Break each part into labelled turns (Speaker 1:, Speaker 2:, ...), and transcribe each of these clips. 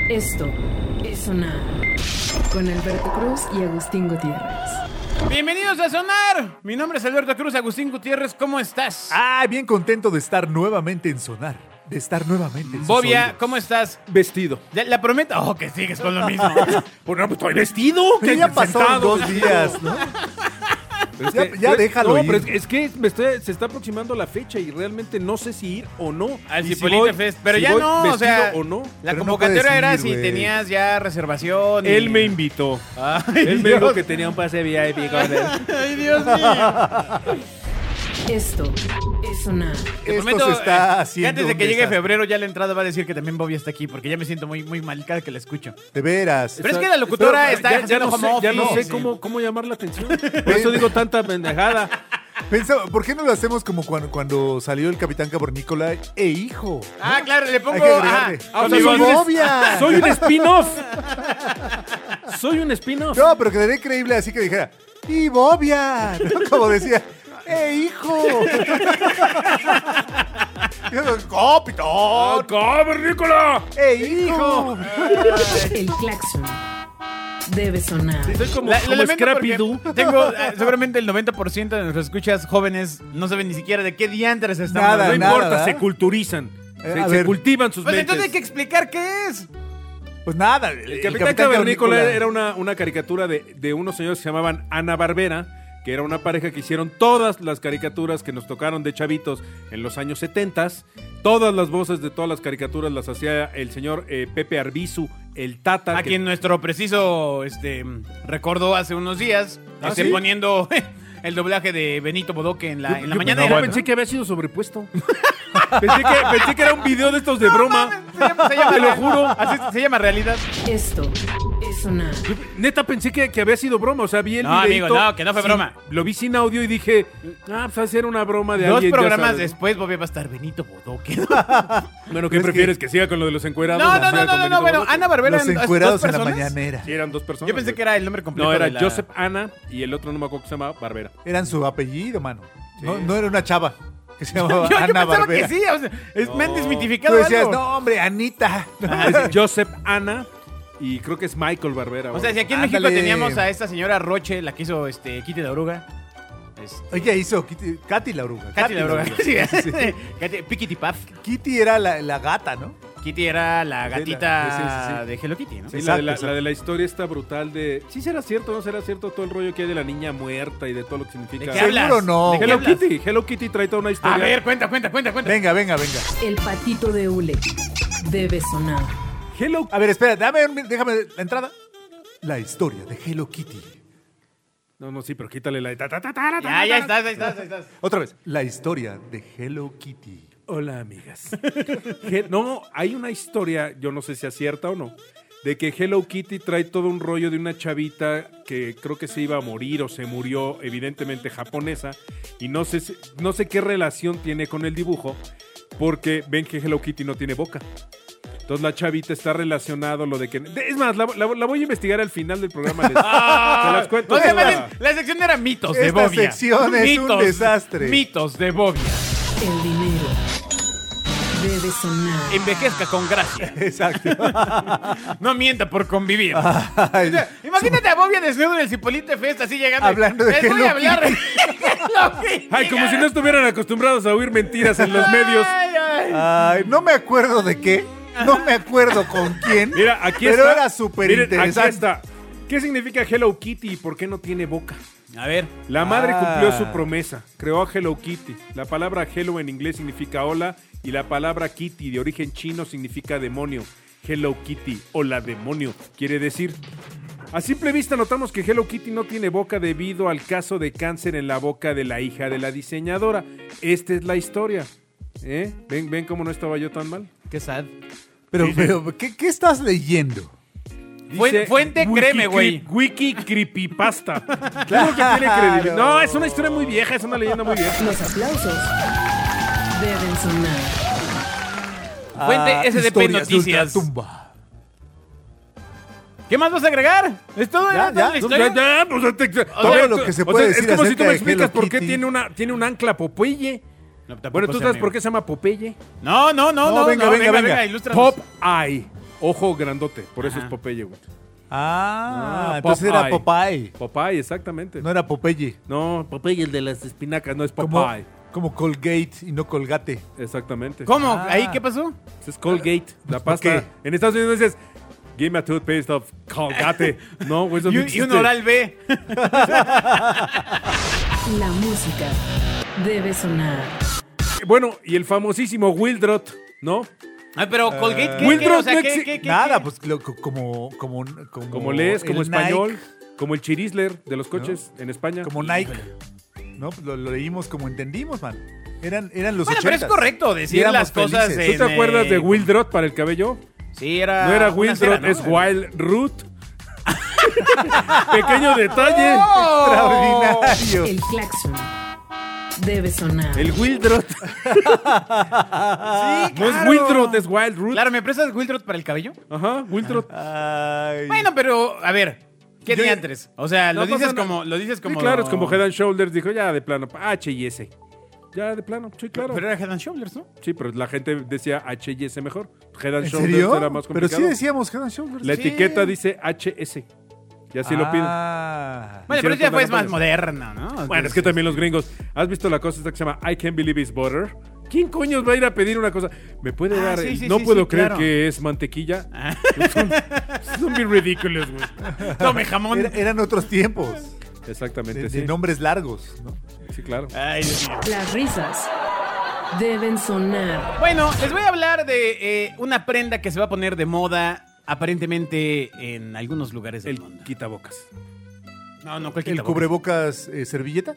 Speaker 1: Esto es Sonar con Alberto Cruz y Agustín Gutiérrez.
Speaker 2: Bienvenidos a Sonar. Mi nombre es Alberto Cruz, Agustín Gutiérrez, ¿cómo estás?
Speaker 3: Ah, bien contento de estar nuevamente en sonar. De estar nuevamente en sus
Speaker 2: Bobia,
Speaker 3: oídos.
Speaker 2: ¿cómo estás?
Speaker 4: Vestido.
Speaker 2: Ya, La prometo. Oh, que sigues con lo mismo.
Speaker 4: Bueno, pues estoy vestido.
Speaker 3: Que ya pasaron
Speaker 4: Sentado.
Speaker 3: dos días, ¿no? Ya-
Speaker 4: Este,
Speaker 3: ya
Speaker 4: pues,
Speaker 3: déjalo
Speaker 4: No,
Speaker 3: ir.
Speaker 4: pero es, es que me estoy- se está aproximando la fecha y realmente no sé si ir o no.
Speaker 2: Al
Speaker 4: Y si
Speaker 2: Cipolite
Speaker 4: voy-
Speaker 2: Fest. Pero
Speaker 4: si
Speaker 2: ya
Speaker 4: voy
Speaker 2: no, o
Speaker 4: vestido
Speaker 2: sea.
Speaker 4: o no.
Speaker 2: La
Speaker 3: Pero no
Speaker 2: convocatoria
Speaker 3: puedes
Speaker 2: era
Speaker 3: ir,
Speaker 2: si
Speaker 3: güey.
Speaker 2: tenías ya reservación. y-
Speaker 4: Él me invitó.
Speaker 2: Ay,
Speaker 4: Él me
Speaker 2: Dios.
Speaker 4: dijo que tenía un pase VIP con él.
Speaker 2: Ay, Dios mío.
Speaker 1: Esto es Sonar
Speaker 2: Te
Speaker 3: Esto
Speaker 2: prometo,
Speaker 3: se está
Speaker 2: eh, que
Speaker 3: haciendo
Speaker 2: Antes de
Speaker 3: un
Speaker 2: que llegue
Speaker 3: desastre.
Speaker 2: febrero, ya la entrada va a decir que también Bobia está aquí, porque ya me siento muy, muy mal cada que la escucho.
Speaker 3: De veras.
Speaker 2: Pero es que la locutora está
Speaker 4: ya, ya
Speaker 2: haciendo
Speaker 4: no sé,
Speaker 2: home
Speaker 4: ya no
Speaker 2: office.
Speaker 4: sé cómo, cómo llamar la atención. Por eso digo tanta pendejada.
Speaker 3: Pensaba, ¿por qué no lo hacemos como cuan- cuando, salió el Capitán Cabornícola e hijo?
Speaker 2: Ah, claro, le
Speaker 3: Hay
Speaker 2: pongo.
Speaker 3: que agregarle.
Speaker 2: ajá,
Speaker 4: Ah, o
Speaker 3: Con
Speaker 4: sea,
Speaker 3: mi
Speaker 4: soy un es-
Speaker 3: Bobia.
Speaker 4: Soy un spin-off. Soy un spin-off.
Speaker 3: No, pero quedaría increíble así que dijera, ¡y Bobia! ¿no? Como decía, ¡eh, hijo! ¡Oh, ¡Copito!
Speaker 2: Ah,
Speaker 4: ridículo!
Speaker 3: ¡Eh, hijo!
Speaker 1: El claxon debe sonar.
Speaker 4: Soy como,
Speaker 2: La- lo
Speaker 4: como
Speaker 2: lamento
Speaker 4: Scrappy Doo.
Speaker 2: porque Tengo eh, seguramente el 90% de nuestros escuchas jóvenes no saben ni siquiera de qué diantres estamos.
Speaker 3: Nada,
Speaker 2: hablando.
Speaker 4: No
Speaker 3: nada.
Speaker 4: importa,
Speaker 3: ¿verdad?
Speaker 4: se culturizan.
Speaker 3: Eh,
Speaker 4: se
Speaker 3: a
Speaker 4: se
Speaker 3: ver.
Speaker 4: cultivan sus
Speaker 2: Pues
Speaker 4: mentes.
Speaker 2: entonces hay que explicar qué es.
Speaker 3: Pues nada, el,
Speaker 4: El Eh, Capitán Cavernícola era una, una caricatura de, de unos señores que se llamaban Ana Barbera, que era una pareja que hicieron todas las caricaturas que nos tocaron de chavitos en los años 70. Todas las voces de todas las caricaturas las hacía el señor eh, Pepe Arbizu, el Tata.
Speaker 2: A
Speaker 4: que-
Speaker 2: quien nuestro preciso este recordó hace unos días,
Speaker 4: ¿Ah,
Speaker 2: este,
Speaker 4: sí?
Speaker 2: poniendo el doblaje de Benito Bodoque en la, en la
Speaker 4: Yo-
Speaker 2: mañana.
Speaker 4: yo pensé que había sido sobrepuesto. pensé, que, pensé que era un video de estos de broma.
Speaker 2: Se llama, se llama-
Speaker 4: Te lo juro.
Speaker 2: Así se- se llama realidad.
Speaker 1: Esto es Sonar.
Speaker 4: Yo, Neta pensé que, que había sido broma, o sea, vi el
Speaker 2: No, amigo,
Speaker 4: videíto
Speaker 2: no, que no fue
Speaker 4: sin-
Speaker 2: broma.
Speaker 4: Lo vi sin audio y dije, ah, pues va a ser una broma de
Speaker 2: Dos
Speaker 4: alguien. ya
Speaker 2: programas
Speaker 4: sabes.
Speaker 2: después, Bobby va a estar Benito Bodoque.
Speaker 4: Bueno, ¿qué
Speaker 3: Pero es
Speaker 4: prefieres? Que... siga con lo de los
Speaker 2: No,
Speaker 4: encuerados?
Speaker 2: no,
Speaker 4: ¿La
Speaker 2: no,
Speaker 4: siga
Speaker 2: no,
Speaker 4: Ah, con
Speaker 2: no,
Speaker 4: Benito
Speaker 2: no, bueno,
Speaker 4: Bodoque?
Speaker 2: Ana Barbera
Speaker 3: Los
Speaker 2: en- ¿dos
Speaker 3: encuerados en la
Speaker 2: personas?
Speaker 3: mañanera.
Speaker 4: Sí, eran dos personas.
Speaker 2: Yo pensé que era el nombre completo.
Speaker 4: No, era
Speaker 2: de la-
Speaker 4: Joseph Ana y el otro no me acuerdo que se llamaba Barbera.
Speaker 3: Eran su apellido, mano. No,
Speaker 4: Sí.
Speaker 3: no era una chava que se llamaba
Speaker 2: Yo, yo
Speaker 3: Ana
Speaker 2: pensaba
Speaker 3: Barbera.
Speaker 2: que sí. o sea, es, Me han
Speaker 4: No.
Speaker 3: Tú
Speaker 2: desmitificado
Speaker 3: decías,
Speaker 2: algo.
Speaker 3: no, hombre, Anita.
Speaker 4: Ah, es Joseph Ana y creo que es Michael Barbera.
Speaker 2: O sea, si aquí en
Speaker 3: Ándale.
Speaker 2: México teníamos a esta señora Roche, la que hizo este Kitty la oruga. Este,
Speaker 3: Ella hizo Kitty, Katy la oruga.
Speaker 2: Katy la oruga. Sí,
Speaker 3: Sí, sí.
Speaker 2: Katy- Pikiti Puff.
Speaker 3: Kitty era la, la gata, ¿no?
Speaker 2: Kitty era la
Speaker 3: Sí, la-
Speaker 2: gatita
Speaker 3: sí, sí, sí.
Speaker 2: de Hello Kitty, ¿no?
Speaker 4: Sí, la, de la,
Speaker 3: Exacto,
Speaker 4: la de la historia está brutal de... Sí será cierto, no será cierto todo el rollo que hay de la niña muerta y de todo lo que significa...
Speaker 2: ¿De qué
Speaker 3: Seguro
Speaker 2: hablas?
Speaker 3: no.
Speaker 2: ¿De qué
Speaker 4: Hello
Speaker 2: hablas?
Speaker 4: Kitty, Hello Kitty trae toda una historia.
Speaker 2: A ver, cuenta, cuenta, cuenta, cuenta.
Speaker 3: Venga, venga, venga.
Speaker 1: El patito de Ule debe sonar.
Speaker 4: Hello
Speaker 3: A ver, espera, dame un min- déjame la entrada. La historia de Hello Kitty.
Speaker 4: No, no, sí, pero quítale la de ta, ta, ta, ta, ta,
Speaker 2: Ya, ya
Speaker 4: ta.
Speaker 2: estás, ahí estás, ahí estás.
Speaker 3: Otra vez, la historia de Hello Kitty.
Speaker 4: Hola, amigas. He- no, hay una historia, yo no sé si es cierta o no, de que Hello Kitty trae todo un rollo de una chavita que creo que se iba a morir o se murió, evidentemente japonesa, y no sé, si- no sé qué relación tiene con el dibujo, porque ven que Hello Kitty no tiene boca. Entonces la chavita está relacionado lo de que... de- Es más, la, la- la voy a investigar al final del programa. Les, se las cuento.
Speaker 2: O sea,
Speaker 4: todas.
Speaker 2: más bien, la sección era mitos de
Speaker 3: Esta
Speaker 2: Bobia.
Speaker 3: sección es un desastre.
Speaker 2: Mitos de Bobia.
Speaker 1: El dinero debe sonar.
Speaker 2: Envejezca con gracia.
Speaker 3: Exacto.
Speaker 2: No mienta por convivir.
Speaker 3: Ay,
Speaker 2: O sea, Imagínate a Bobia desnudo en el Cipolite Fest así llegando.
Speaker 3: Hablando de
Speaker 2: Les voy
Speaker 3: Hello
Speaker 2: a hablar. de Hello Kitty.
Speaker 4: Ay, como si no estuvieran acostumbrados a oír mentiras en los medios.
Speaker 2: Ay, ay.
Speaker 3: ay, no me acuerdo de qué. No me acuerdo con quién.
Speaker 4: Mira, aquí
Speaker 3: pero
Speaker 4: está.
Speaker 3: era súper
Speaker 4: Miren, Aquí
Speaker 3: interesante.
Speaker 4: está. ¿Qué significa Hello Kitty y por qué no tiene boca?
Speaker 2: A ver.
Speaker 4: La madre
Speaker 3: Ah.
Speaker 4: cumplió su promesa, creó a Hello Kitty. La palabra Hello en inglés significa hola y la palabra Kitty de origen chino significa demonio. Hello Kitty, hola demonio, quiere decir. A simple vista notamos que Hello Kitty no tiene boca debido al caso de cáncer en la boca de la hija de la diseñadora. Esta es la historia. ¿Eh? ¿Ven, ven cómo no estaba yo tan mal?
Speaker 2: Qué sad.
Speaker 3: Pero, pero ¿qué, qué estás leyendo?
Speaker 2: Fuen- fuente, créeme, güey.
Speaker 4: Wiki creepypasta. Claro que tiene credibilidad. No, es una historia muy vieja, es una leyenda muy vieja.
Speaker 1: Los aplausos deben sonar.
Speaker 2: Fuente SDP
Speaker 3: Ah, historias de
Speaker 2: Noticias.
Speaker 3: ultratumba.
Speaker 2: ¿Qué más vas a agregar? ¿Es todo? ¿Es
Speaker 3: Ya,
Speaker 2: toda
Speaker 3: ya.
Speaker 2: la historia?
Speaker 4: Ya, ya, pues, te- te-
Speaker 3: Todo
Speaker 4: sea,
Speaker 3: lo
Speaker 4: tú-
Speaker 3: que se
Speaker 4: o
Speaker 3: puede
Speaker 4: sea,
Speaker 3: decir
Speaker 4: Es como si
Speaker 3: acerca
Speaker 4: tú me
Speaker 3: de
Speaker 4: explicas
Speaker 3: Hello
Speaker 4: por qué
Speaker 3: Kitty.
Speaker 4: tiene, una, tiene un ancla Popeye.
Speaker 2: No, tampoco
Speaker 4: Bueno, ¿tú
Speaker 2: sé,
Speaker 4: sabes
Speaker 2: amigo.
Speaker 4: por qué se llama Popeye?
Speaker 2: No, no, no, no.
Speaker 3: No, venga,
Speaker 2: no,
Speaker 4: Ah,
Speaker 3: venga, venga.
Speaker 2: ilústranos.
Speaker 4: Pop Eye. Ojo grandote, por eso
Speaker 2: Ajá.
Speaker 4: es Popeye, güey.
Speaker 3: Ah,
Speaker 4: Ah,
Speaker 3: entonces era Popeye.
Speaker 4: Popeye, exactamente.
Speaker 3: No
Speaker 4: No,
Speaker 3: era Popeye.
Speaker 4: Popeye el de las espinacas, no es
Speaker 3: Como,
Speaker 4: Popeye.
Speaker 3: como Colgate y no Colgate.
Speaker 4: Exactamente.
Speaker 2: ¿Cómo?
Speaker 3: Ah.
Speaker 2: ¿Ahí qué pasó?
Speaker 4: Es Colgate, la
Speaker 3: ¿Por
Speaker 4: pasta.
Speaker 3: qué?
Speaker 4: En Estados Unidos dices, give me a toothpaste of Colgate. No, güey, eso
Speaker 2: Y un,
Speaker 4: no
Speaker 2: y un
Speaker 4: existe.
Speaker 2: oral B.
Speaker 1: La música debe sonar.
Speaker 4: Eh, Bueno, y el famosísimo Wildrot, ¿no?
Speaker 2: Ay, Ah, pero Colgate, ¿qué? qué?
Speaker 4: Wildrose
Speaker 2: O sea,
Speaker 4: no
Speaker 2: ¿qué-
Speaker 4: exi-
Speaker 2: qué- qué-
Speaker 3: Nada,
Speaker 2: qué?
Speaker 3: pues lo- co- como, como, como.
Speaker 4: Como lees, como
Speaker 3: el
Speaker 4: español,
Speaker 3: Nike,
Speaker 4: como el Chirisler de los coches en España.
Speaker 3: como Nike. No, Pues lo, lo leímos como entendimos, man. Eran, eran los
Speaker 2: Bueno, pero es
Speaker 3: 80s.
Speaker 2: correcto
Speaker 3: Y
Speaker 2: decir
Speaker 3: éramos
Speaker 2: las cosas
Speaker 3: felices.
Speaker 4: ¿Tú
Speaker 2: en,
Speaker 4: te acuerdas
Speaker 2: eh,
Speaker 4: de Wildrot para el cabello?
Speaker 2: Sí, era...
Speaker 4: No era
Speaker 2: Ah, una
Speaker 4: Wildrot,
Speaker 2: cera, ¿no?
Speaker 4: es Wild Root. Pequeño detalle.
Speaker 2: ¡Oh!
Speaker 3: Extraordinario.
Speaker 1: El claxon debe sonar.
Speaker 4: El Wildrot.
Speaker 2: Sí,
Speaker 4: No es
Speaker 2: claro.
Speaker 4: Wildrot, es Wild Root.
Speaker 2: Claro, Ah, ¿me prestas Wildrot para el cabello?
Speaker 4: Ajá, Wildrot.
Speaker 3: Ay.
Speaker 2: Bueno, pero, a ver, ¿qué
Speaker 4: Yo-
Speaker 2: diantres? O sea,
Speaker 4: No
Speaker 2: lo, dices
Speaker 4: pasa nada.
Speaker 2: como, lo dices
Speaker 4: Sí,
Speaker 2: como...
Speaker 4: claro, es como Head and Shoulders dijo, ya de plano, H y S. Ya de plano, sí, claro.
Speaker 2: Pero era Head and Shoulders, ¿no?
Speaker 4: sí, pero la gente decía H y S mejor. Head and
Speaker 3: ¿En
Speaker 4: Shoulders
Speaker 3: serio?
Speaker 4: era más
Speaker 3: pero
Speaker 4: complicado.
Speaker 3: sí decíamos Head and Shoulders.
Speaker 4: La
Speaker 2: sí.
Speaker 4: etiqueta dice HS. Y así lo piden.
Speaker 3: Ah.
Speaker 2: Bueno, pero
Speaker 4: Hicieron
Speaker 2: eso ya
Speaker 4: con
Speaker 2: fue más moderno,
Speaker 4: Danopandas.
Speaker 2: ¿no?
Speaker 4: Bueno, es que también los gringos. ¿Has visto la cosa esta que se llama I can't believe it's butter? ¿Quién coño va a ir a pedir una cosa? ¿Me puede
Speaker 2: Ah,
Speaker 4: dar?
Speaker 2: sí,
Speaker 4: el-
Speaker 2: sí,
Speaker 4: no
Speaker 2: sí,
Speaker 4: puedo
Speaker 2: sí,
Speaker 4: creer
Speaker 2: claro.
Speaker 4: que es mantequilla.
Speaker 3: Ah.
Speaker 4: Son, son bien ridículos, güey.
Speaker 2: Tome jamón.
Speaker 3: Era- eran otros tiempos.
Speaker 4: Exactamente,
Speaker 3: De,
Speaker 4: sí.
Speaker 3: de Ah, nombres largos, ¿no?
Speaker 4: Sí, claro.
Speaker 2: Ay, Dios mío.
Speaker 1: Las risas deben sonar.
Speaker 2: Bueno, les voy a hablar de eh, una prenda que se va a poner de moda aparentemente en algunos lugares del
Speaker 4: El
Speaker 2: mundo.
Speaker 4: quitabocas.
Speaker 2: No, no, cualquier
Speaker 3: El cubrebocas eh, servilleta.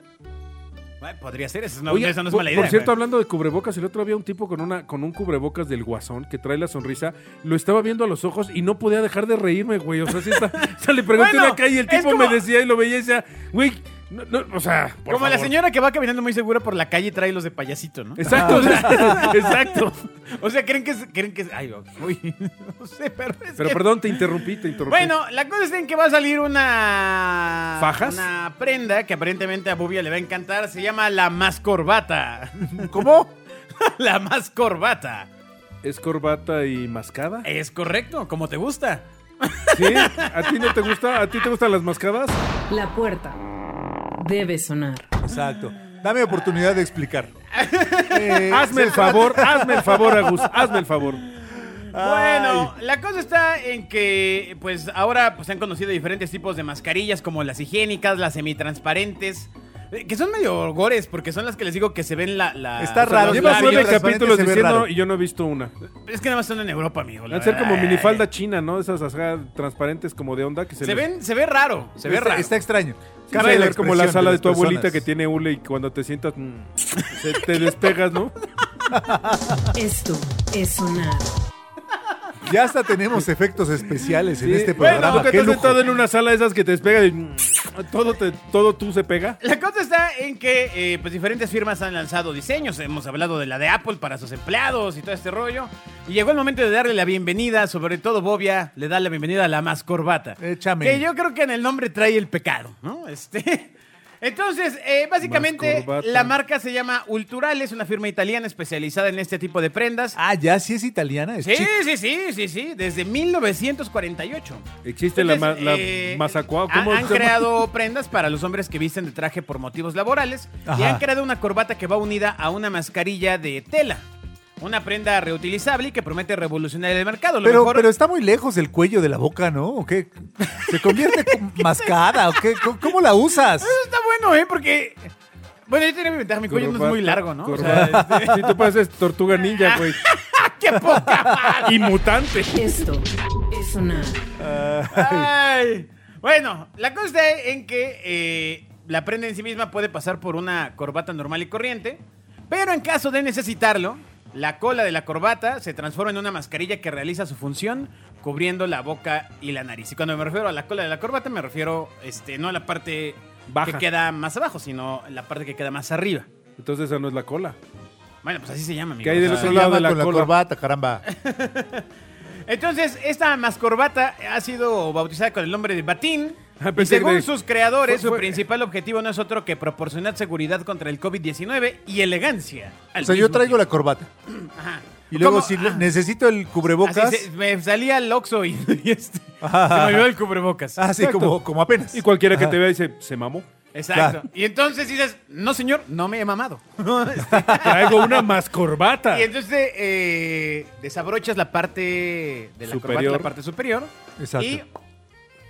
Speaker 2: Ay, Podría ser, esa no,
Speaker 4: Oye,
Speaker 2: esa no es
Speaker 4: por,
Speaker 2: mala idea.
Speaker 4: por cierto,
Speaker 2: güey.
Speaker 4: hablando de cubrebocas, el otro había un tipo con una con un cubrebocas del guasón que trae la sonrisa. Lo estaba viendo a los ojos y no podía dejar de reírme, güey. O sea, sí está, o sea, le pregunté
Speaker 2: Bueno,
Speaker 4: una calle y el
Speaker 2: es
Speaker 4: tipo
Speaker 2: como-
Speaker 4: me decía y lo veía y decía, güey, no, no, o sea, por
Speaker 2: Como la
Speaker 4: favor.
Speaker 2: señora que va caminando muy segura por la calle y trae los de payasito, ¿no?
Speaker 4: Exacto, o sea, exacto.
Speaker 2: O sea, creen que es, creen que es, ay, uy, no sé, pero es
Speaker 4: Pero
Speaker 2: que-
Speaker 4: perdón, te interrumpí, te interrumpí.
Speaker 2: Bueno, la cosa es en que va a salir una
Speaker 4: ¿Fajas?
Speaker 2: una prenda que aparentemente a Bubia le va a encantar, se llama la más corbata.
Speaker 3: ¿Cómo?
Speaker 2: la más corbata.
Speaker 4: ¿es corbata y mascada?
Speaker 2: Es correcto, como te gusta.
Speaker 4: ¿Sí? ¿A ti no te gusta? ¿A ti te gustan las mascadas?
Speaker 1: La puerta debe sonar.
Speaker 3: Exacto. Dame oportunidad de explicar. Eh,
Speaker 4: Hazme el favor, hazme el favor, Agus, hazme el favor.
Speaker 2: Bueno, la cosa está en que, pues ahora pues, se han conocido diferentes tipos de mascarillas, como las higiénicas, las semitransparentes, eh, que son medio gores, porque son las que les digo que se ven la. la-
Speaker 3: Está
Speaker 2: o sea,
Speaker 3: raro,
Speaker 2: los
Speaker 4: Llevas
Speaker 2: labios.
Speaker 4: nueve
Speaker 3: transparente
Speaker 4: capítulos
Speaker 3: se ve
Speaker 4: diciendo
Speaker 3: raro.
Speaker 4: y yo no he visto una.
Speaker 2: Es que nada más son en Europa, amigo. la
Speaker 4: Han de ser como
Speaker 2: verdad.
Speaker 4: minifalda china, ¿no? Esas ajá, transparentes como de onda que se,
Speaker 2: Se,
Speaker 4: les-
Speaker 2: ven, se ve raro, se ve
Speaker 3: está,
Speaker 2: raro.
Speaker 3: está extraño.
Speaker 4: Sí,
Speaker 3: Cambia
Speaker 4: se ve como la
Speaker 3: expresión
Speaker 4: sala de
Speaker 3: las
Speaker 4: tu abuelita
Speaker 3: personas.
Speaker 4: que tiene hule y cuando te sientas mm, se- te despegas, ¿no?
Speaker 1: Esto es sonar.
Speaker 3: Ya hasta tenemos efectos especiales en
Speaker 4: Sí.
Speaker 3: este
Speaker 4: Bueno,
Speaker 3: programa.
Speaker 4: tú que
Speaker 3: qué
Speaker 4: estás
Speaker 3: lujo.
Speaker 4: sentado en una sala de esas que te despegan y mm, todo, te- todo tú se pega.
Speaker 2: La cosa está en que eh, pues diferentes firmas han lanzado diseños. Hemos hablado de la de Apple para sus empleados y todo este rollo. Y llegó el momento de darle la bienvenida, sobre todo Bobia le da la bienvenida a la más corbata.
Speaker 3: Échame.
Speaker 2: Que yo creo que en el nombre trae el pecado, ¿no? Este. Entonces, eh, básicamente
Speaker 4: Mascorbata.
Speaker 2: la marca se llama Ultural, es una firma italiana especializada en este tipo de prendas.
Speaker 3: Ah, ya sí es italiana. Es
Speaker 2: Sí,
Speaker 3: chic.
Speaker 2: sí, sí, sí, sí, desde 1948.
Speaker 4: Existe la, ma-
Speaker 2: Entonces,
Speaker 4: la
Speaker 2: eh,
Speaker 4: mazacuao,
Speaker 2: han,
Speaker 4: ¿cómo
Speaker 2: han
Speaker 4: se llama?
Speaker 2: creado prendas para los hombres que visten de traje por motivos laborales y
Speaker 3: Ajá.
Speaker 2: han creado una corbata que va unida a una mascarilla de tela. Una prenda reutilizable y que promete revolucionar el mercado. Lo
Speaker 3: Pero,
Speaker 2: mejor-
Speaker 3: pero está muy lejos del cuello de la boca, ¿no? ¿O qué? ¿Se convierte en mascada? ¿O qué? ¿Cómo- ¿Cómo la usas?
Speaker 2: Eso
Speaker 4: Ah,
Speaker 2: está bueno, ¿eh? Porque. Bueno, yo tenía mi ventaja, mi cuello no es muy
Speaker 4: Corbata,
Speaker 2: largo, ¿no? O sea, este,
Speaker 4: corbata. Si tú pareces tortuga ninja, güey.
Speaker 2: ¡Qué poca!
Speaker 4: y mutante.
Speaker 1: Esto es sonar.
Speaker 2: Ay. Bueno, la cosa está en que eh, la prenda en sí misma puede pasar por una corbata normal y corriente, pero en caso de necesitarlo, la cola de la corbata se transforma en una mascarilla que realiza su función cubriendo la boca y la nariz. Y cuando me refiero a la cola de la corbata, me refiero este, no a la parte
Speaker 4: Baja.
Speaker 2: que queda más abajo, sino la parte que queda más arriba.
Speaker 4: Entonces esa no es la cola.
Speaker 2: Bueno, pues así se llama, amigo.
Speaker 4: ¿Qué hay de
Speaker 2: O sea,
Speaker 4: los
Speaker 3: Se
Speaker 4: al lado
Speaker 3: llama
Speaker 4: de la
Speaker 3: con la
Speaker 4: cola.
Speaker 3: corbata, caramba.
Speaker 2: Entonces, esta mascorbata ha sido bautizada con el nombre de batín.
Speaker 4: Ah,
Speaker 2: Y
Speaker 4: pensé
Speaker 2: según
Speaker 4: que-
Speaker 2: sus creadores,
Speaker 4: fue-
Speaker 2: su
Speaker 4: fue-
Speaker 2: principal objetivo no es otro que proporcionar seguridad contra el COVID-19 y elegancia. al
Speaker 3: O sea, yo
Speaker 2: mismo
Speaker 3: traigo la
Speaker 2: tiempo.
Speaker 3: corbata.
Speaker 2: Ajá.
Speaker 3: Y Y luego,
Speaker 2: ¿Cómo?
Speaker 3: si
Speaker 2: Ah.
Speaker 3: necesito el cubrebocas.
Speaker 2: Así se- me salía el Oxxo y, y este, se me olvidó el cubrebocas.
Speaker 3: Ah, sí,
Speaker 4: Exacto.
Speaker 3: como, como apenas.
Speaker 4: Y cualquiera que te vea dice, se mamó.
Speaker 2: Exacto.
Speaker 3: Claro.
Speaker 2: Y entonces dices, no señor, no me he mamado.
Speaker 4: Traigo una más corbata.
Speaker 2: Y entonces eh, desabrochas la parte de la
Speaker 4: Superior.
Speaker 2: corbata, la parte superior.
Speaker 3: Exacto.
Speaker 2: Y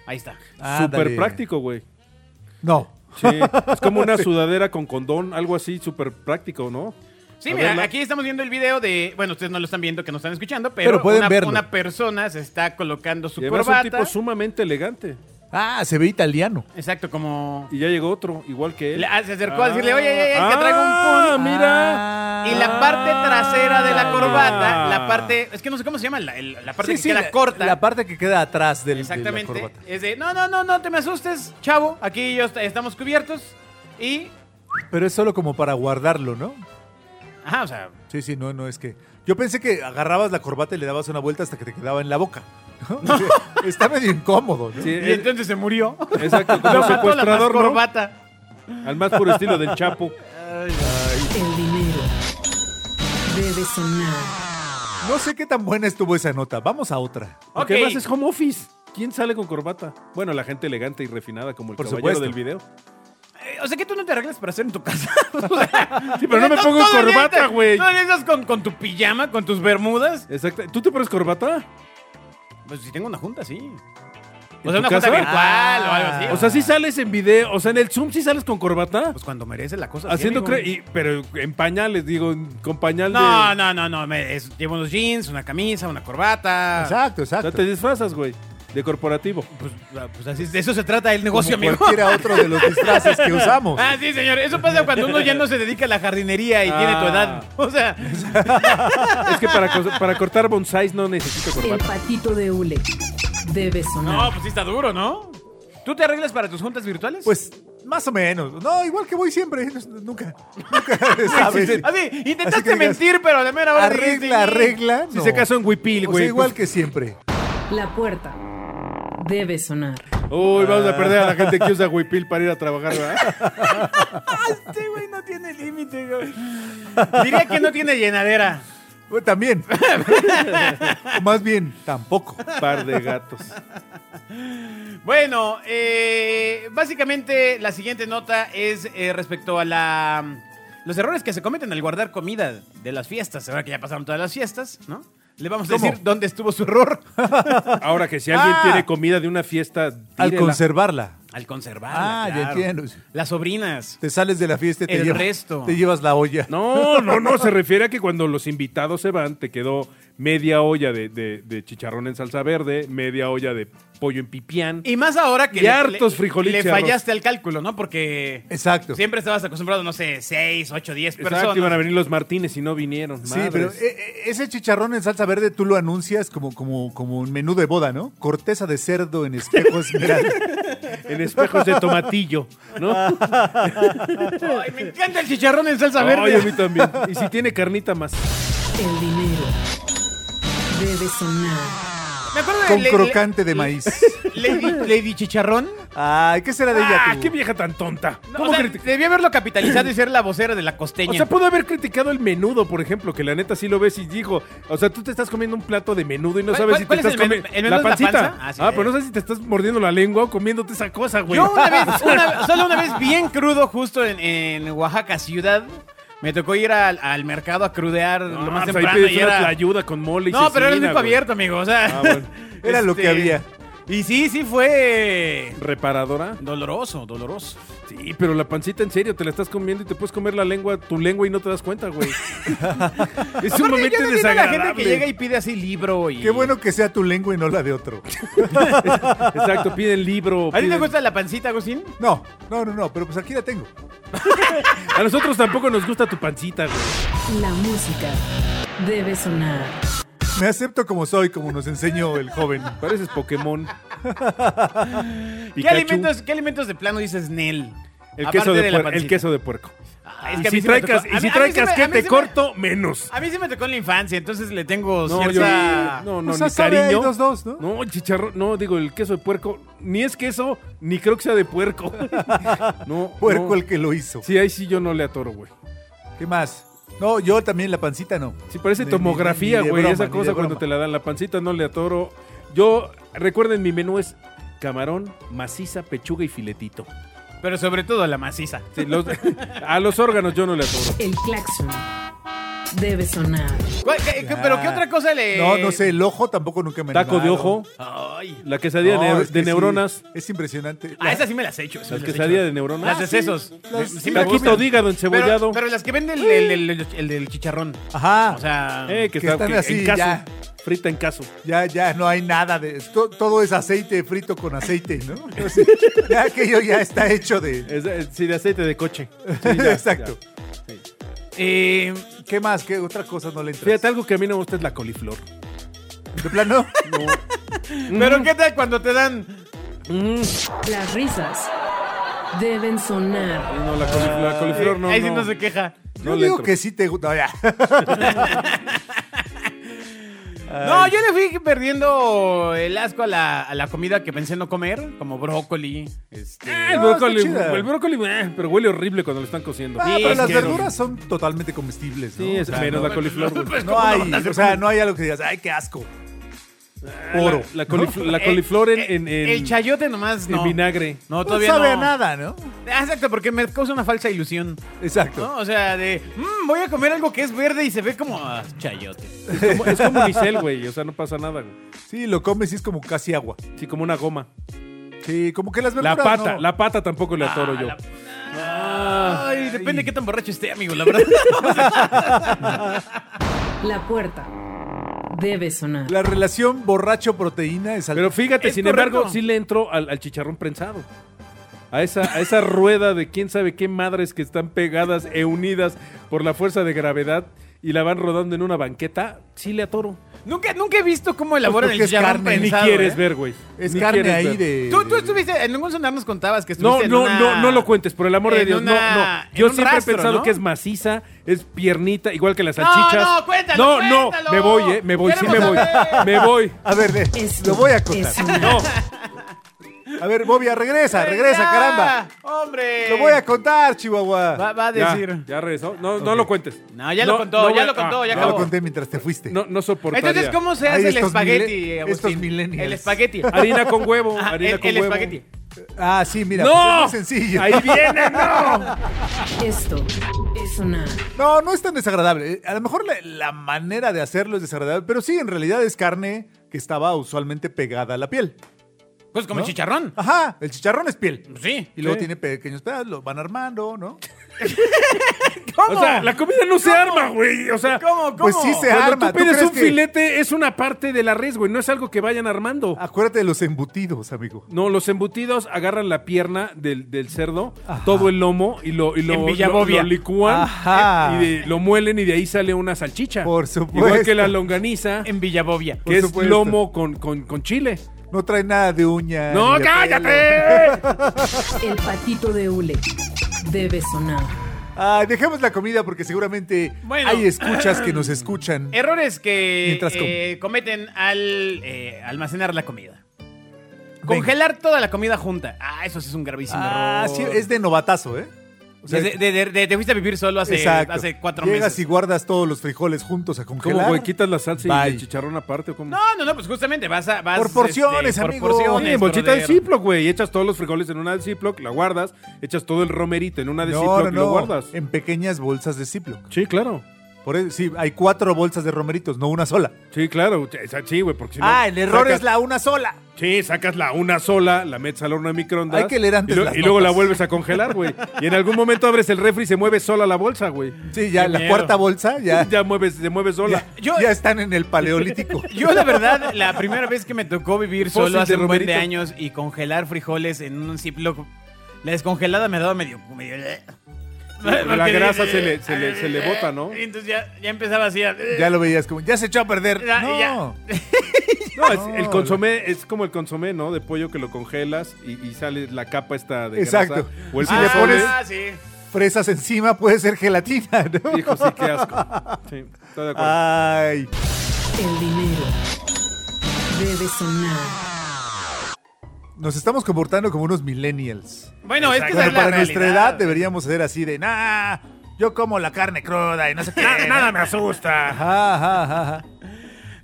Speaker 2: ahí está.
Speaker 3: Ándale.
Speaker 4: Súper práctico, güey.
Speaker 3: No.
Speaker 4: Sí, es como una sudadera con condón, algo así súper práctico, ¿no?
Speaker 2: Sí,
Speaker 4: A
Speaker 2: mira,
Speaker 4: verla.
Speaker 2: aquí estamos viendo el video de. Bueno, ustedes no lo están viendo, que no están escuchando, pero,
Speaker 3: Pero pueden
Speaker 2: una,
Speaker 3: verlo.
Speaker 2: una persona se está colocando su
Speaker 4: Y además un
Speaker 2: corbata.
Speaker 4: tipo sumamente elegante.
Speaker 3: Ah, se ve italiano.
Speaker 2: Exacto, como.
Speaker 4: Y ya llegó otro, igual que él.
Speaker 2: Le- ah, se acercó a decirle, oye, oye, oye, que traigo un
Speaker 4: Ah,
Speaker 2: pun.
Speaker 4: mira.
Speaker 3: Ah.
Speaker 2: Y la parte trasera de la corbata,
Speaker 4: Ah.
Speaker 2: la parte. Es que no sé cómo se llama, la, el- la parte
Speaker 3: Sí,
Speaker 2: que
Speaker 3: sí,
Speaker 2: queda
Speaker 3: la-
Speaker 2: corta.
Speaker 3: La parte que queda atrás del, de la
Speaker 2: Exactamente.
Speaker 3: corbata.
Speaker 2: Es de, no, no, no, no te me asustes, chavo. Aquí yo est- estamos cubiertos. Y.
Speaker 3: Pero es solo como para guardarlo, ¿no?
Speaker 2: Ajá, o sea.
Speaker 3: Sí, sí, no, no, es que. Yo pensé que agarrabas la corbata y le dabas una vuelta hasta que te quedaba en la boca. ¿no? Está medio incómodo, ¿no?
Speaker 4: Sí,
Speaker 2: Y
Speaker 4: él-
Speaker 2: entonces se murió.
Speaker 4: exacto, como
Speaker 2: Lo mató la más
Speaker 4: secuestrador, ¿no?
Speaker 2: corbata.
Speaker 4: Al más puro estilo del Chapo.
Speaker 1: El dinero debe sonar.
Speaker 3: No sé qué tan buena estuvo esa nota. Vamos a otra.
Speaker 4: Porque
Speaker 2: Ok.
Speaker 4: además es home office. ¿Quién sale con corbata? Bueno, la gente elegante y refinada como el
Speaker 3: Por
Speaker 4: caballero
Speaker 3: supuesto.
Speaker 4: del video.
Speaker 2: Eh, O sea que tú no te arreglas para hacer en tu casa.
Speaker 4: Sí, pero no me
Speaker 2: To-
Speaker 4: pongo
Speaker 2: todo el día
Speaker 4: corbata,
Speaker 2: te-
Speaker 4: güey.
Speaker 2: Todo el día estás con, con tu pijama, con tus bermudas.
Speaker 4: Exacto. ¿Tú te pones corbata?
Speaker 2: Pues si tengo una junta, sí.
Speaker 4: ¿En
Speaker 2: O sea,
Speaker 4: tu
Speaker 2: una junta
Speaker 4: casa?
Speaker 2: virtual o algo
Speaker 3: Ah.
Speaker 2: así.
Speaker 4: O sea, si sales en video, o sea, en el Zoom sí sales con corbata.
Speaker 2: pues cuando merece la cosa. sí,
Speaker 4: Haciendo
Speaker 2: amigo.
Speaker 4: cre- y- pero en pañales, digo, en- con pañal de.
Speaker 2: No, no, no, no. me- es- llevo unos jeans, una camisa, una corbata.
Speaker 3: Exacto,
Speaker 4: O sea,
Speaker 3: exacto.
Speaker 4: te disfrazas, güey. De corporativo.
Speaker 2: Pues, ah, pues así, de eso se trata el negocio,
Speaker 3: Como
Speaker 2: amigo.
Speaker 3: cualquiera otro de los disfraces que usamos.
Speaker 2: Ah, sí, señor. Eso pasa cuando uno ya no se dedica a la jardinería y
Speaker 4: Ah.
Speaker 2: tiene tu edad. O sea,
Speaker 4: Es que para, cos- para cortar bonsáis no necesito
Speaker 1: El
Speaker 4: corbata.
Speaker 1: patito de hule debe
Speaker 2: no,
Speaker 1: sonar.
Speaker 2: pues sí está duro, ¿no? ¿Tú te arreglas para tus juntas virtuales?
Speaker 3: Pues más o menos. No, igual que voy siempre. no- Nunca. Nunca sabes.
Speaker 2: Así, intentaste
Speaker 3: Así que digas,
Speaker 2: mentir, pero a la mera hora dijiste,
Speaker 3: Arregla, arregla.
Speaker 4: Si
Speaker 3: no.
Speaker 4: se casó en Huipil,
Speaker 3: O sea,
Speaker 2: pues.
Speaker 4: güey.
Speaker 3: igual que siempre.
Speaker 1: La puerta debe sonar.
Speaker 4: Uy, vamos
Speaker 2: Ah.
Speaker 4: a perder a la gente que usa Huipil para ir a trabajar, ¿verdad?
Speaker 2: Este güey no tiene límite, güey. Diría que no tiene llenadera.
Speaker 3: Bueno, también. O más bien, tampoco.
Speaker 4: Par de gatos.
Speaker 2: Bueno, eh, básicamente la siguiente nota es eh, respecto a la los errores que se cometen al guardar comida de las fiestas. Ahora que ya pasaron todas las fiestas, ¿no? Le vamos a
Speaker 3: ¿Cómo?
Speaker 2: decir dónde estuvo su error
Speaker 4: Ahora que si alguien
Speaker 3: Ah.
Speaker 4: tiene comida de una fiesta,
Speaker 3: Al
Speaker 4: tírela.
Speaker 3: conservarla.
Speaker 2: al conservar.
Speaker 3: Ah, ya entiendo.
Speaker 2: Las sobrinas.
Speaker 3: Te sales de la fiesta y te,
Speaker 2: El
Speaker 3: llevas-
Speaker 2: resto.
Speaker 3: te llevas la olla.
Speaker 4: No, no, no. Se refiere a que cuando los invitados se van, te quedó media olla de, de- de chicharrón en salsa verde, media olla de pollo en pipián.
Speaker 2: Y más ahora que
Speaker 4: Y hartos frijolitos
Speaker 2: le
Speaker 4: y arroz.
Speaker 2: fallaste al cálculo, ¿no? Porque
Speaker 3: Exacto.
Speaker 2: siempre estabas acostumbrado, no sé, 6, 8, 10
Speaker 4: Exacto,
Speaker 2: personas.
Speaker 4: iban a venir los Martínez y no vinieron.
Speaker 3: Sí, pero
Speaker 4: madres.
Speaker 3: eh, eh, ese chicharrón en salsa verde tú lo anuncias como, como, como un menú de boda, ¿no? Corteza de cerdo en espejos. Mira,
Speaker 4: En espejos de tomatillo, ¿no?
Speaker 2: Ay, me encanta el chicharrón en salsa
Speaker 4: Ay,
Speaker 2: verde.
Speaker 4: a mí también. Y si tiene carnita más.
Speaker 1: El dinero debe sonar.
Speaker 2: Me acuerdo de
Speaker 3: con
Speaker 2: le- le-
Speaker 3: crocante de maíz.
Speaker 2: Lady, Lady Chicharrón.
Speaker 3: Ay, ¿qué será de ella
Speaker 4: ¡Ah,
Speaker 3: tú?
Speaker 4: qué vieja tan tonta!
Speaker 2: No,
Speaker 4: ¿Cómo
Speaker 2: o sea, pues,
Speaker 4: critica-
Speaker 2: debía haberlo capitalizado y ser la vocera de la
Speaker 4: O
Speaker 2: costeña.
Speaker 4: sea, pudo haber criticado el menudo, por ejemplo, que la neta sí lo ves y dijo, o sea, tú te estás comiendo un plato de menudo y no
Speaker 2: ¿Cuál-
Speaker 4: sabes
Speaker 2: cuál-
Speaker 4: si te
Speaker 2: cuál es
Speaker 4: estás
Speaker 2: el menú?
Speaker 4: comiendo
Speaker 2: ¿El menudo
Speaker 4: la
Speaker 2: es la
Speaker 4: pancita.
Speaker 2: panza? Ah,
Speaker 4: Ah,
Speaker 2: sí.
Speaker 4: pero no sabes si te estás mordiendo la lengua o comiéndote esa cosa, güey.
Speaker 2: Yo una vez, una- solo una vez bien crudo justo en, en Oaxaca ciudad, me tocó ir al, al mercado a crudear
Speaker 4: No,
Speaker 2: lo más
Speaker 4: pues ahí
Speaker 2: temprano
Speaker 4: pides
Speaker 2: y
Speaker 4: una
Speaker 2: era...
Speaker 4: tlayuda con mole y
Speaker 2: No, pero era el
Speaker 4: cecina,
Speaker 2: único
Speaker 4: güey.
Speaker 2: abierto, amigo, o sea...
Speaker 4: Ah, bueno.
Speaker 3: Era lo que había.
Speaker 2: Este, Y sí, sí fue
Speaker 4: ¿Reparadora?
Speaker 2: doloroso, doloroso.
Speaker 4: Sí, pero la pancita en serio, te la estás comiendo y te puedes comer la lengua, tu lengua y no te das cuenta, güey. es
Speaker 2: Aparte, yo no
Speaker 4: sumamente
Speaker 2: entiendo a la
Speaker 4: desagradable.
Speaker 2: gente que llega y pide así libro y...
Speaker 3: Qué bueno que sea tu lengua y no la de otro.
Speaker 4: Exacto, piden libro.
Speaker 2: ¿A ti te
Speaker 4: piden-
Speaker 2: gusta la pancita, Agustín?
Speaker 3: No, no, no, no, pero pues aquí la tengo.
Speaker 4: A nosotros tampoco nos gusta tu pancita, güey.
Speaker 1: La música debe sonar.
Speaker 3: Me acepto como soy, como nos enseñó el joven.
Speaker 4: Pareces Pokémon.
Speaker 2: ¿Qué
Speaker 4: Pikachu.
Speaker 2: alimentos, ¿Qué alimentos de plano dices Nel?
Speaker 4: El
Speaker 2: Aparte
Speaker 4: queso de,
Speaker 2: la
Speaker 4: puer- el
Speaker 2: pancita.
Speaker 4: queso de puerco.
Speaker 2: Ah, es
Speaker 4: y
Speaker 2: que a mí
Speaker 4: si
Speaker 2: sí me
Speaker 4: trae,
Speaker 2: tocó-
Speaker 4: cas-
Speaker 2: a
Speaker 4: y
Speaker 2: mí-
Speaker 4: si
Speaker 2: a
Speaker 4: trae
Speaker 2: mí sí me- a mí
Speaker 4: casquete
Speaker 2: sí me-
Speaker 4: corto, menos.
Speaker 2: A mí se me tocó en la infancia, entonces le tengo cierta...
Speaker 4: no, no,
Speaker 3: Pues
Speaker 4: ni
Speaker 3: sabe,
Speaker 4: cariño.
Speaker 3: hay dos, dos, ¿no?
Speaker 4: el chicharrón, no, digo, el queso de puerco, ni es queso, ni creo que sea de puerco. no,
Speaker 3: Puerco
Speaker 4: no.
Speaker 3: el que lo hizo.
Speaker 4: Sí, ahí sí yo no le atoro, güey.
Speaker 3: ¿Qué más? No, yo también la pancita no.
Speaker 4: Sí, parece
Speaker 3: Ni- ni-
Speaker 4: tomografía,
Speaker 3: ni de
Speaker 4: güey.
Speaker 3: broma,
Speaker 4: Esa
Speaker 3: ni de
Speaker 4: cosa cuando
Speaker 3: broma.
Speaker 4: te la dan la pancita, no le atoro. Yo, recuerden, mi menú es camarón, maciza, pechuga y filetito.
Speaker 2: Pero sobre todo la maciza.
Speaker 4: Sí, los- a los órganos yo no le atoro.
Speaker 1: El claxon debe sonar.
Speaker 2: ¿Cuál- qué- qué- ¿Pero qué otra cosa le.?
Speaker 3: Ah. No, no sé, el ojo tampoco nunca me
Speaker 4: Taco de
Speaker 3: animaron.
Speaker 4: ojo,
Speaker 2: Ay.
Speaker 4: la quesadilla
Speaker 3: No,
Speaker 4: de,
Speaker 3: es que
Speaker 4: de
Speaker 3: sí,
Speaker 4: neuronas,
Speaker 3: es impresionante.
Speaker 2: Ah, esas sí me las he hecho. esas
Speaker 4: las
Speaker 2: las he
Speaker 4: quesadillas
Speaker 2: hecho.
Speaker 4: de neuronas.
Speaker 2: Las de sesos.
Speaker 3: las-
Speaker 2: Sí me
Speaker 4: Taquito
Speaker 2: gustan.
Speaker 4: de hígado
Speaker 2: Pero,
Speaker 4: encebollado.
Speaker 2: pero las que venden el, el- el- el- el del chicharrón.
Speaker 3: Ajá.
Speaker 2: O sea.
Speaker 4: Eh, que,
Speaker 3: que
Speaker 4: está
Speaker 3: están
Speaker 4: que-
Speaker 3: así,
Speaker 4: en caso.
Speaker 3: ya.
Speaker 4: Frita en caso.
Speaker 3: Ya, ya, no hay nada de. to- todo es aceite frito con aceite, ¿no? Entonces, ya aquello ya está hecho de.
Speaker 4: Es, es- sí, de aceite de coche. Sí, ya,
Speaker 3: Exacto.
Speaker 4: ya.
Speaker 2: eh,
Speaker 3: ¿Qué más? ¿Qué otra cosa no le entra?
Speaker 4: Fíjate, algo que a mí no me gusta es la coliflor.
Speaker 3: De plano.
Speaker 2: pero ¿qué tal cuando te dan.
Speaker 1: Las risas deben sonar.
Speaker 4: No, la, colif-
Speaker 3: Ah,
Speaker 4: la coliflor no.
Speaker 2: Eh, Ahí sí
Speaker 4: no.
Speaker 2: no se queja.
Speaker 4: No
Speaker 3: Yo
Speaker 4: le
Speaker 3: digo
Speaker 4: entro.
Speaker 3: que sí te gusta. No, ya.
Speaker 2: No, yo le fui perdiendo el asco a la, a la comida que pensé no comer, como brócoli. Este,
Speaker 4: Ah, el,
Speaker 3: No, está
Speaker 4: brócoli,
Speaker 3: chida.
Speaker 4: el brócoli, eh, pero huele horrible cuando lo están cociendo.
Speaker 3: Ah, pero
Speaker 2: es
Speaker 3: las
Speaker 2: que-
Speaker 3: verduras son totalmente comestibles, ¿no?
Speaker 4: Sí,
Speaker 3: O
Speaker 4: es
Speaker 3: sea,
Speaker 4: menos
Speaker 3: no,
Speaker 4: la coliflor. güey.
Speaker 2: Pues,
Speaker 3: no
Speaker 2: ¿cómo
Speaker 3: hay,
Speaker 2: no vas a hacer
Speaker 3: o sea, no hay algo que digas, ay, qué asco. Oro.
Speaker 4: Ah, La, colifl- la coliflor en, en- en-
Speaker 2: Eh, el chayote nomás
Speaker 4: en
Speaker 2: no.
Speaker 4: vinagre.
Speaker 2: No,
Speaker 3: No
Speaker 2: todavía
Speaker 3: sabe a
Speaker 2: no.
Speaker 3: nada, ¿no?
Speaker 2: Ah, Exacto, porque me causa una falsa ilusión.
Speaker 3: Exacto.
Speaker 2: ¿no? O sea, de "Mm, voy a comer algo que es verde y se ve como ah, chayote.
Speaker 4: Es como, es como unicel, güey. O sea, no pasa nada, güey.
Speaker 3: Sí, lo comes y es como casi agua.
Speaker 4: Sí, como una goma.
Speaker 3: Sí, como que las
Speaker 4: La
Speaker 3: verduras.
Speaker 4: pata,
Speaker 3: no.
Speaker 4: la pata tampoco le atoro yo.
Speaker 2: Ah, la-
Speaker 4: Ah.
Speaker 2: Ay, depende de qué tan borracho esté, amigo, la verdad.
Speaker 1: La puerta debe sonar.
Speaker 3: La relación borracho-proteína es algo.
Speaker 4: Pero fíjate,
Speaker 2: Es
Speaker 4: sin
Speaker 2: correcto.
Speaker 4: embargo, sí le entro al, al chicharrón prensado. A esa, a esa rueda de quién sabe qué madres que están pegadas e unidas por la fuerza de gravedad y la van rodando en una banqueta, sí le atoro.
Speaker 2: nunca, nunca he visto cómo elaboran el
Speaker 3: Pues porque es
Speaker 2: chicharrón
Speaker 3: carne, ni
Speaker 4: Ni
Speaker 2: prensado,
Speaker 4: quieres
Speaker 2: ¿eh?
Speaker 4: ver, güey.
Speaker 3: es
Speaker 4: Ni
Speaker 3: carne
Speaker 4: quieres
Speaker 3: ahí
Speaker 4: ver.
Speaker 3: de.
Speaker 2: Tú, tú
Speaker 3: de-
Speaker 2: estuviste, en ningún sonar nos contabas que
Speaker 4: No,
Speaker 2: estuviste en
Speaker 4: no,
Speaker 2: una-
Speaker 4: no, no lo cuentes, por el amor de
Speaker 2: en
Speaker 4: Dios. no,
Speaker 2: una-
Speaker 4: no. Yo
Speaker 2: en un
Speaker 4: siempre
Speaker 2: rastro,
Speaker 4: he pensado
Speaker 2: ¿no?
Speaker 4: que es maciza, es piernita, igual que las salchichas.
Speaker 2: no, cuéntalo,
Speaker 4: No, no,
Speaker 2: cuéntalo.
Speaker 4: me voy, eh, me voy, sí me
Speaker 2: Queremos
Speaker 4: voy.
Speaker 2: saber.
Speaker 4: Me voy.
Speaker 3: A ver, ve,
Speaker 1: Esto
Speaker 3: lo voy a
Speaker 1: es
Speaker 3: contar.
Speaker 1: sonar.
Speaker 4: No,
Speaker 3: A ver, Bobia, regresa,
Speaker 2: Ya,
Speaker 3: regresa, caramba.
Speaker 2: ¡Hombre!
Speaker 3: Lo voy a contar, Chihuahua.
Speaker 2: Va, va a decir.
Speaker 4: ya, ya regresó. No, no lo cuentes.
Speaker 2: No, ya lo contó, ya
Speaker 4: voy- ah,
Speaker 2: lo contó, ya
Speaker 3: Ya lo
Speaker 2: acabó.
Speaker 3: conté mientras te fuiste.
Speaker 4: No, no soportaría.
Speaker 2: Entonces, ¿cómo se
Speaker 3: Ay,
Speaker 2: hace el
Speaker 3: estos
Speaker 2: espagueti,
Speaker 3: mile-
Speaker 2: Agustín?
Speaker 3: estos millennials.
Speaker 2: El espagueti.
Speaker 4: Harina con huevo,
Speaker 2: Ah,
Speaker 4: harina
Speaker 2: el,
Speaker 4: con
Speaker 2: el
Speaker 4: huevo.
Speaker 2: espagueti.
Speaker 3: Ah, sí, mira, pues
Speaker 4: ¡No!
Speaker 3: es muy sencillo.
Speaker 4: Ahí viene, no.
Speaker 1: Esto es sonar.
Speaker 3: No, no es tan desagradable. Eh, A lo mejor la, la manera de hacerlo es desagradable, pero sí, en realidad es carne que estaba usualmente pegada a la piel.
Speaker 2: Pues como
Speaker 3: ¿No? Ah,
Speaker 2: chicharrón.
Speaker 3: Ajá, el chicharrón es piel.
Speaker 2: Pues Sí.
Speaker 3: Y luego
Speaker 4: Sí.
Speaker 3: tiene pequeños pedazos, lo van armando, ¿no?
Speaker 4: O sea, la comida no se arma, güey. O sea,
Speaker 2: ¿Cómo, cómo?
Speaker 3: Pues sí se
Speaker 4: cuando
Speaker 3: arma.
Speaker 4: tú pides
Speaker 3: crees
Speaker 4: un
Speaker 3: que-
Speaker 4: filete, es una parte de la res, güey. No es algo que vayan armando.
Speaker 3: Acuérdate de los embutidos, amigo.
Speaker 4: No, los embutidos agarran la pierna del, del cerdo, todo el lomo y lo, y lo,
Speaker 2: En
Speaker 4: lo,
Speaker 2: Villabobia.
Speaker 4: lo licúan eh,
Speaker 3: Ajá.
Speaker 4: y de- lo muelen y de ahí sale una salchicha.
Speaker 3: Por
Speaker 4: Igual que
Speaker 3: supuesto. Em,
Speaker 4: la longaniza,
Speaker 2: En Villabobia.
Speaker 3: por
Speaker 4: que es
Speaker 3: supuesto.
Speaker 4: lomo con, con, con chile.
Speaker 3: No trae nada de uña.
Speaker 4: ¡No,
Speaker 3: ni de
Speaker 4: cállate!
Speaker 1: El patito de hule debe sonar.
Speaker 3: pelo. Ay, dejemos la comida porque seguramente
Speaker 2: Bueno.
Speaker 3: hay escuchas que nos escuchan.
Speaker 2: Errores que
Speaker 3: Mientras com-
Speaker 2: eh, cometen al eh, almacenar la comida. Congelar toda la comida junta. Ah, eso sí es un gravísimo
Speaker 3: Ah,
Speaker 2: error.
Speaker 3: sí, es de novatazo, ¿eh? O sea,
Speaker 2: Desde- de, de- de- te fuiste a vivir solo hace,
Speaker 3: exacto.
Speaker 2: hace cuatro
Speaker 3: Llegas
Speaker 2: meses.
Speaker 3: y guardas todos los frijoles juntos a congelar.
Speaker 4: ¿Cómo, güey? ¿Quitas la salsa y
Speaker 3: Bye.
Speaker 4: el chicharrón aparte o cómo?
Speaker 2: No, no, no, pues justamente vas a. vas, este,
Speaker 3: Por porciones,
Speaker 2: por
Speaker 3: amigo.
Speaker 2: porciones,
Speaker 4: Sí, en bolsita de
Speaker 2: brother.
Speaker 4: Ziploc, güey. Echas todos los frijoles en una de Ziploc, la guardas. Echas todo el romerito en una de
Speaker 3: No, no,
Speaker 4: Ziploc y
Speaker 3: no. Em
Speaker 4: lo guardas.
Speaker 3: En pequeñas bolsas de Ziploc.
Speaker 4: Sí, claro.
Speaker 3: Por eso, sí, hay cuatro bolsas de romeritos, no una sola.
Speaker 4: Sí, claro. Esa- Sí, güey, porque si no...
Speaker 2: Ah,
Speaker 3: Ah,
Speaker 4: sacas-
Speaker 3: la una sola.
Speaker 4: Sí, sacas la una sola, la metes al horno de microondas.
Speaker 3: Hay que leer antes
Speaker 4: Y, lo-
Speaker 3: las
Speaker 4: y luego la
Speaker 3: notas.
Speaker 4: vuelves a congelar, güey. Y en algún momento abres el refri y se mueve sola la bolsa, güey.
Speaker 3: Sí, ya
Speaker 2: Qué
Speaker 3: la
Speaker 2: miedo.
Speaker 3: cuarta bolsa ya,
Speaker 4: Ya mueves, se mueve sola.
Speaker 3: ya,
Speaker 2: Yo-
Speaker 3: ya están en el paleolítico.
Speaker 2: Yo, la verdad, la primera vez que me tocó vivir
Speaker 4: Fósil
Speaker 2: solo hace
Speaker 4: de
Speaker 2: un buen de
Speaker 4: romerito.
Speaker 2: años y congelar frijoles en un Ziploc, la descongelada me daba medio. medio eh.
Speaker 4: la grasa se le- se le- se le bota, ¿no?
Speaker 2: Y eh, entonces ya, ya empezaba así. a-
Speaker 3: ya lo veías como, ya se echó a perder.
Speaker 2: Ya,
Speaker 3: no.
Speaker 2: ya.
Speaker 4: No, es, el
Speaker 3: No,
Speaker 4: consomé es como el consomé, ¿no? De pollo que lo congelas y, y sale la capa esta de
Speaker 3: Exacto.
Speaker 4: grasa. O el
Speaker 3: Si le
Speaker 4: pozole.
Speaker 3: pones-
Speaker 2: Ah, sí.
Speaker 3: Fresas encima puede ser gelatina, ¿no?
Speaker 4: Hijo, sí, qué asco. Sí, estoy de acuerdo.
Speaker 3: Ay.
Speaker 1: El dinero debe sonar.
Speaker 3: Nos estamos comportando como unos millennials.
Speaker 2: Bueno, es que
Speaker 3: Bueno,
Speaker 2: esa es la
Speaker 3: para nuestra
Speaker 2: realidad.
Speaker 3: edad deberíamos ser así de, nah, yo como la carne cruda y no sé qué.
Speaker 4: Na- nada me asusta.
Speaker 3: Ajá, ajá, ajá, ajá.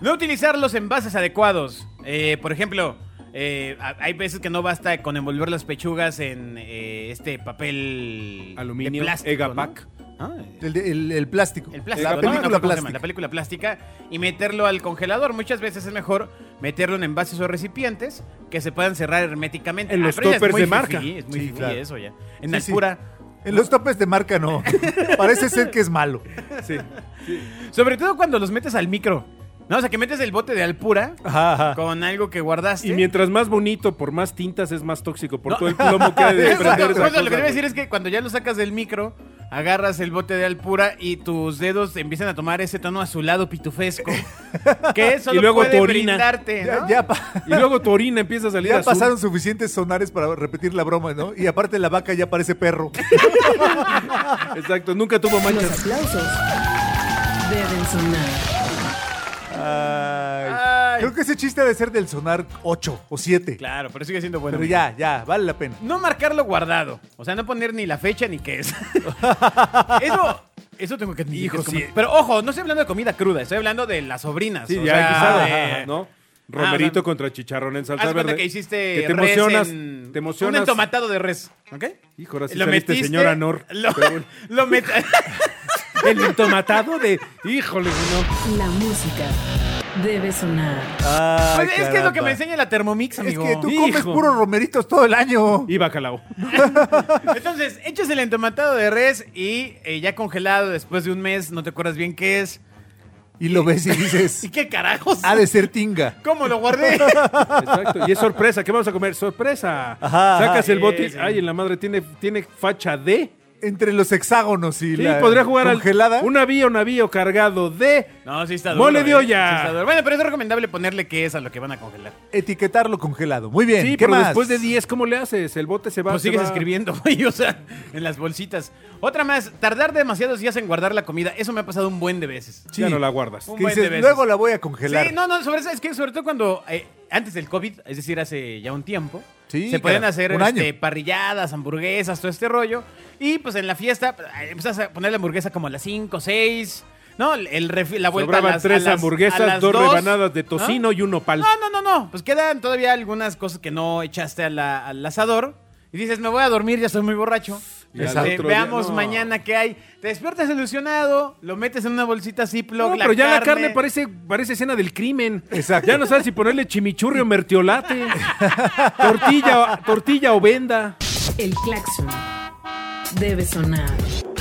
Speaker 2: No utilizar los envases adecuados. Eh, por ejemplo, eh, a- hay veces que no basta con envolver las pechugas en eh, este papel
Speaker 4: Aluminio,
Speaker 2: de plástico,
Speaker 4: Egapac.
Speaker 2: ¿no? Ah, eh,
Speaker 3: El, de- el- el plástico.
Speaker 2: el plástico,
Speaker 3: La
Speaker 2: ¿no?
Speaker 3: película
Speaker 2: No me acuerdo cómo se llama,
Speaker 3: plástica.
Speaker 2: la película plástica y meterlo al congelador. Muchas veces es mejor meterlo en envases o recipientes que se puedan cerrar herméticamente.
Speaker 4: En los
Speaker 2: pero ya es
Speaker 4: toppers
Speaker 2: muy
Speaker 4: de marca.
Speaker 2: fifí, es muy
Speaker 3: Sí,
Speaker 2: fifí
Speaker 3: claro.
Speaker 2: eso ya. En
Speaker 3: Sí,
Speaker 2: la
Speaker 3: sí.
Speaker 2: pura.
Speaker 3: En los topes de marca no. Parece ser que es malo.
Speaker 4: Sí.
Speaker 2: Sobre todo cuando los metes al micro. No, o sea, que metes el bote de Alpura
Speaker 3: Ajá, ajá.
Speaker 2: con algo que guardaste.
Speaker 4: Y mientras más bonito, por más tintas, es más tóxico. Por
Speaker 2: No.
Speaker 4: todo el plomo que hay de
Speaker 2: Exacto,
Speaker 4: desprender
Speaker 2: justo
Speaker 4: esa
Speaker 2: lo que
Speaker 4: cosa,
Speaker 2: te iba a decir Ah,
Speaker 4: güey.
Speaker 2: es que cuando ya lo sacas del micro, agarras el bote de Alpura y tus dedos empiezan a tomar ese tono azulado pitufesco. que solo
Speaker 4: Y luego
Speaker 2: puede
Speaker 4: tu orina.
Speaker 2: brindarte,
Speaker 3: Ya,
Speaker 2: ¿no?
Speaker 3: ya pa-
Speaker 4: Y luego tu orina empieza a salir
Speaker 3: ya
Speaker 4: azul.
Speaker 3: pasaron suficientes sonares para repetir la broma, ¿no? Y aparte la vaca ya parece perro.
Speaker 4: Exacto, nunca tuvo
Speaker 1: Los
Speaker 4: manchas.
Speaker 1: aplausos deben sonar.
Speaker 3: Ay.
Speaker 2: Ay.
Speaker 3: Creo que ese chiste ha de ser del sonar 8 o 7.
Speaker 2: Claro, pero sigue siendo bueno.
Speaker 3: Pero ya, ya, vale la pena.
Speaker 2: No marcarlo guardado. O sea, no poner ni la fecha ni qué es. eso, eso tengo que admitir. que es
Speaker 4: Hijo, sí.
Speaker 2: Pero ojo, no estoy hablando de comida cruda, estoy hablando de las sobrinas.
Speaker 4: Sí,
Speaker 2: o
Speaker 4: ya
Speaker 2: sea,
Speaker 4: guisado,
Speaker 2: de-
Speaker 4: ¿no?
Speaker 2: Ah, o
Speaker 4: Romerito
Speaker 2: sea,
Speaker 4: contra chicharrón en
Speaker 2: Haz
Speaker 4: salsa
Speaker 2: de cuenta
Speaker 4: verde.
Speaker 2: que hiciste
Speaker 4: te
Speaker 2: res
Speaker 4: emocionas,
Speaker 2: en-
Speaker 4: te emocionas.
Speaker 2: Un entomatado de res, ¿ok?
Speaker 4: Hijo, ahora sí saliste, señora Nor.
Speaker 2: Lo,
Speaker 4: Pero bueno.
Speaker 2: lo met-
Speaker 4: El entomatado de. Híjole, no.
Speaker 1: La música debe sonar.
Speaker 3: Ay,
Speaker 2: Pues, es que es lo que
Speaker 3: caramba.
Speaker 2: me enseña la Thermomix,
Speaker 3: Es
Speaker 2: amigo.
Speaker 3: que tú comes
Speaker 4: Hijo.
Speaker 3: puros romeritos todo el año.
Speaker 4: Y bacalao.
Speaker 2: Entonces, echas el entomatado de res y eh, ya congelado después de un mes, no te acuerdas bien qué es.
Speaker 3: Y lo ves y dices,
Speaker 2: ¿Y qué carajos?
Speaker 3: ha de ser tinga.
Speaker 2: ¿Cómo lo guardé?
Speaker 4: Exacto. Y es sorpresa. ¿Qué vamos a comer? Sorpresa.
Speaker 3: Ajá,
Speaker 4: Sacas
Speaker 2: ajá.
Speaker 4: el bote.
Speaker 2: Sí,
Speaker 4: y
Speaker 2: sí.
Speaker 4: Ay, en la madre tiene, tiene facha de.
Speaker 3: Entre los hexágonos y
Speaker 4: Sí,
Speaker 3: la
Speaker 4: podría jugar al-
Speaker 3: congelada.
Speaker 4: un navío, un navío cargado de.
Speaker 2: No, sí está duro.
Speaker 4: Mole de
Speaker 2: ¿eh?
Speaker 4: olla.
Speaker 2: Sí está duro. Bueno, pero es recomendable ponerle qué es a lo que van a congelar.
Speaker 3: Etiquetarlo congelado. Muy bien.
Speaker 4: Sí,
Speaker 3: ¿Qué
Speaker 4: pero
Speaker 3: más?
Speaker 4: después de 10, ¿cómo le haces? El bote se va.
Speaker 2: pues
Speaker 4: se
Speaker 2: sigues
Speaker 4: va.
Speaker 2: escribiendo, güey, o sea, en las bolsitas. Otra más, tardar demasiados días en guardar la comida. Eso me ha pasado un buen de veces.
Speaker 4: Ya no la guardas.
Speaker 2: Un
Speaker 3: Que
Speaker 2: buen de
Speaker 3: dices,
Speaker 2: veces.
Speaker 3: luego la voy a congelar.
Speaker 2: Sí, no, no, sobre eso es que sobre todo cuando eh, antes del COVID, es decir, hace ya un tiempo,
Speaker 3: Sí,
Speaker 2: se podían
Speaker 3: cara,
Speaker 2: hacer
Speaker 3: un año.
Speaker 2: este, parrilladas, hamburguesas, todo este rollo. Y pues en la fiesta eh, empezás a poner la hamburguesa como a las 5, 6. No, el refi- la vuelta a
Speaker 4: Sobraban
Speaker 2: las, a
Speaker 4: tres
Speaker 2: las- a
Speaker 4: hamburguesas,
Speaker 2: las
Speaker 4: dos,
Speaker 2: dos,
Speaker 4: rebanadas de
Speaker 2: ¿no?
Speaker 4: tocino y un nopal.
Speaker 2: No, no, no, no. Pues quedan todavía algunas cosas que no echaste a la- al asador. Y dices, me voy a dormir, ya estoy muy borracho.
Speaker 4: Y al
Speaker 2: Este,
Speaker 4: otro día,
Speaker 2: veamos
Speaker 4: no.
Speaker 2: mañana qué hay. Te despiertas ilusionado, lo metes en una bolsita Ziploc.
Speaker 4: No, pero ya la carne parece, parece escena del crimen.
Speaker 3: Exacto.
Speaker 4: Ya no sabes si ponerle chimichurri o mertiolate. tortilla, tortilla o venda.
Speaker 1: El claxon debe sonar.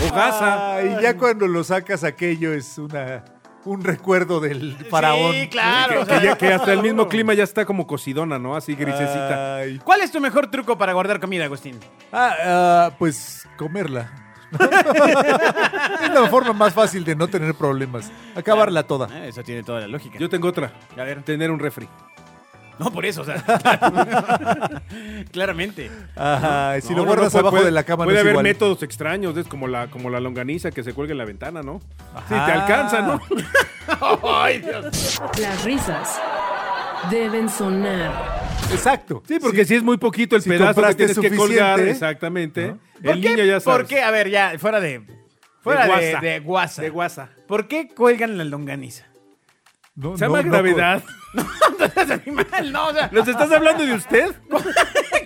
Speaker 4: O gasa.
Speaker 3: Ah, y ya cuando lo sacas aquello es una un recuerdo del faraón.
Speaker 2: Sí, claro. o
Speaker 4: que,
Speaker 2: sea,
Speaker 4: ya- que hasta el mismo clima ya está como cocidona, ¿no? Así grisecita.
Speaker 3: Ay.
Speaker 2: ¿Cuál es tu mejor truco para guardar comida, Agustín?
Speaker 3: Ah, ah, pues comerla. es la forma más fácil de no tener problemas. Acabarla toda.
Speaker 2: Ah, Eso tiene toda la lógica.
Speaker 4: Yo tengo otra.
Speaker 2: A ver.
Speaker 4: Tener un refri.
Speaker 2: No, por eso, o sea. Claramente.
Speaker 3: Ajá, y si
Speaker 4: No,
Speaker 3: lo
Speaker 4: no,
Speaker 3: guardas
Speaker 4: no,
Speaker 3: abajo
Speaker 4: puede-
Speaker 3: de la cama
Speaker 4: Puede
Speaker 3: no es
Speaker 4: haber
Speaker 3: igual.
Speaker 4: métodos extraños, es como la, como la longaniza que se cuelga en la ventana, ¿no? Si
Speaker 3: Ajá.
Speaker 4: te alcanza, ¿no?
Speaker 1: Las risas deben sonar.
Speaker 3: Exacto.
Speaker 4: Sí, porque si es muy poquito el
Speaker 3: Si
Speaker 4: pedazo que
Speaker 3: compraste
Speaker 4: tienes que
Speaker 3: suficiente,
Speaker 4: colgar. Exactamente.
Speaker 2: ¿Por
Speaker 4: El
Speaker 2: qué-
Speaker 4: niño ya sabe.
Speaker 2: ¿Por qué? A ver, ya, fuera de. Fuera de
Speaker 4: guasa.
Speaker 2: de guasa.
Speaker 4: De guasa.
Speaker 2: ¿Por qué cuelgan la longaniza?
Speaker 3: No,
Speaker 4: Se
Speaker 3: no,
Speaker 4: llama
Speaker 3: no,
Speaker 4: gravedad.
Speaker 2: No seas animal, no, o sea,
Speaker 4: ¿Nos estás hablando de usted?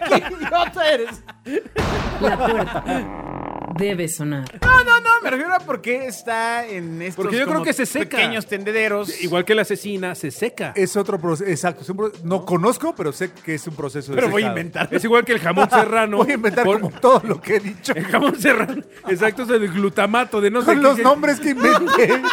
Speaker 2: qué idiota eres.
Speaker 1: La puerta debe sonar.
Speaker 2: No, no, no, me refiero a por qué está en estos
Speaker 4: Porque yo creo
Speaker 2: como
Speaker 4: que se seca.
Speaker 2: pequeños tendederos.
Speaker 4: Igual que la asesina, se seca.
Speaker 3: Es otro proceso. Exacto. es un pro- no conozco, pero sé que es un proceso de
Speaker 2: pero voy a
Speaker 3: secado.
Speaker 2: inventar.
Speaker 4: Es igual que el jamón serrano.
Speaker 3: Voy a inventar
Speaker 4: Por-
Speaker 3: como todo lo que he dicho.
Speaker 4: El jamón serrano. Exacto, es el glutamato de no sé
Speaker 3: Con los
Speaker 4: qué.
Speaker 3: nombres que inventé.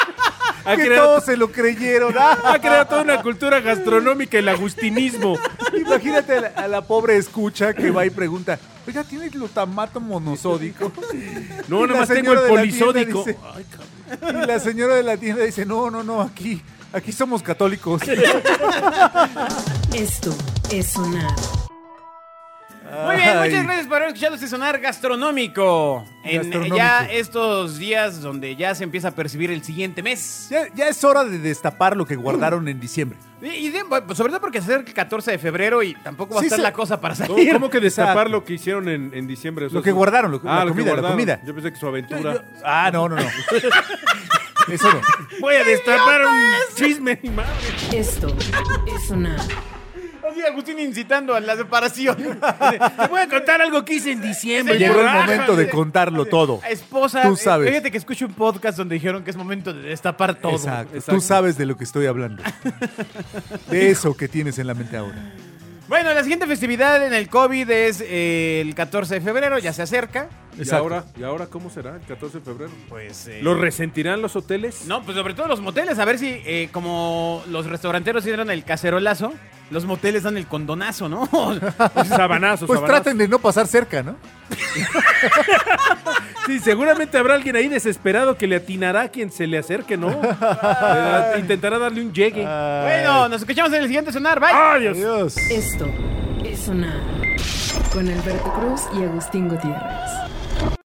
Speaker 4: Ha
Speaker 3: que
Speaker 4: creado-
Speaker 3: todos se lo creyeron. Ah,
Speaker 4: Ha creado toda una cultura gastronómica, el agustinismo.
Speaker 3: imagínate a la, a la pobre escucha que va y pregunta, oiga, ¿tiene glutamato monosódico?
Speaker 4: No,
Speaker 3: Y la
Speaker 4: nada más tengo
Speaker 3: señora
Speaker 4: el
Speaker 3: de la tienda
Speaker 4: polisódico.
Speaker 3: dice- Y la señora de la tienda dice, no, no, no, aquí, aquí somos católicos.
Speaker 1: Esto es sonar.
Speaker 2: Muy bien, muchas
Speaker 3: Ay.
Speaker 2: gracias por haber escuchado este sonar gastronómico. En
Speaker 3: Gastronómico.
Speaker 2: ya estos días donde ya se empieza a percibir el siguiente mes.
Speaker 3: Ya, ya es hora de destapar lo que guardaron en diciembre.
Speaker 2: Y, y de- pues, sobre todo porque se acerca el 14 de febrero y tampoco va a
Speaker 3: Sí,
Speaker 2: estar
Speaker 3: se-
Speaker 2: la cosa para
Speaker 4: ¿Cómo,
Speaker 2: salir.
Speaker 4: cómo que destapar
Speaker 3: Exacto.
Speaker 4: lo que hicieron en, en diciembre? O sea,
Speaker 3: Lo que
Speaker 4: su- Ah,
Speaker 3: guardaron, lo que- la
Speaker 4: lo que
Speaker 3: comida, la
Speaker 4: guardaron.
Speaker 3: comida.
Speaker 4: Yo pensé que su
Speaker 3: Yo- yo-
Speaker 4: aventura.
Speaker 3: ah, no, no, no. Eso no.
Speaker 4: Voy a destapar un chisme, mi madre.
Speaker 1: Esto es sonar.
Speaker 2: Así Agustín incitando a la separación.
Speaker 4: Te voy a contar algo que hice en diciembre.
Speaker 3: Llegó el
Speaker 4: porra.
Speaker 3: momento de contarlo todo.
Speaker 2: Esposa,
Speaker 3: Tú
Speaker 2: eh,
Speaker 3: sabes.
Speaker 2: fíjate que escuché un podcast donde dijeron que es momento de destapar todo.
Speaker 3: Exacto.
Speaker 4: exacto.
Speaker 3: Tú sabes de lo que estoy hablando. De eso que tienes en la mente ahora.
Speaker 2: Bueno, la siguiente festividad en el COVID es eh, el 14 de febrero, ya se acerca.
Speaker 4: ¿Y ahora, ¿Y ahora cómo será el 14 de febrero?
Speaker 2: Pues. eh,
Speaker 4: ¿Lo resentirán los hoteles?
Speaker 2: No, pues sobre todo los moteles, a ver si eh, como los restauranteros sí dieron el cacerolazo, los moteles dan el condonazo, ¿no?
Speaker 4: Sabanazos,
Speaker 3: Pues
Speaker 4: sabanazos.
Speaker 3: traten de no pasar cerca, ¿no?
Speaker 4: Sí, seguramente habrá alguien ahí desesperado que le atinará a quien se le acerque, ¿no? Eh, Intentará darle un llegue.
Speaker 3: Ah,
Speaker 2: bueno, nos escuchamos en el siguiente sonar, bye.
Speaker 4: ¡Adiós!
Speaker 3: Adiós.
Speaker 1: Esto es sonar. Con Alberto Cruz y Agustín Gutiérrez.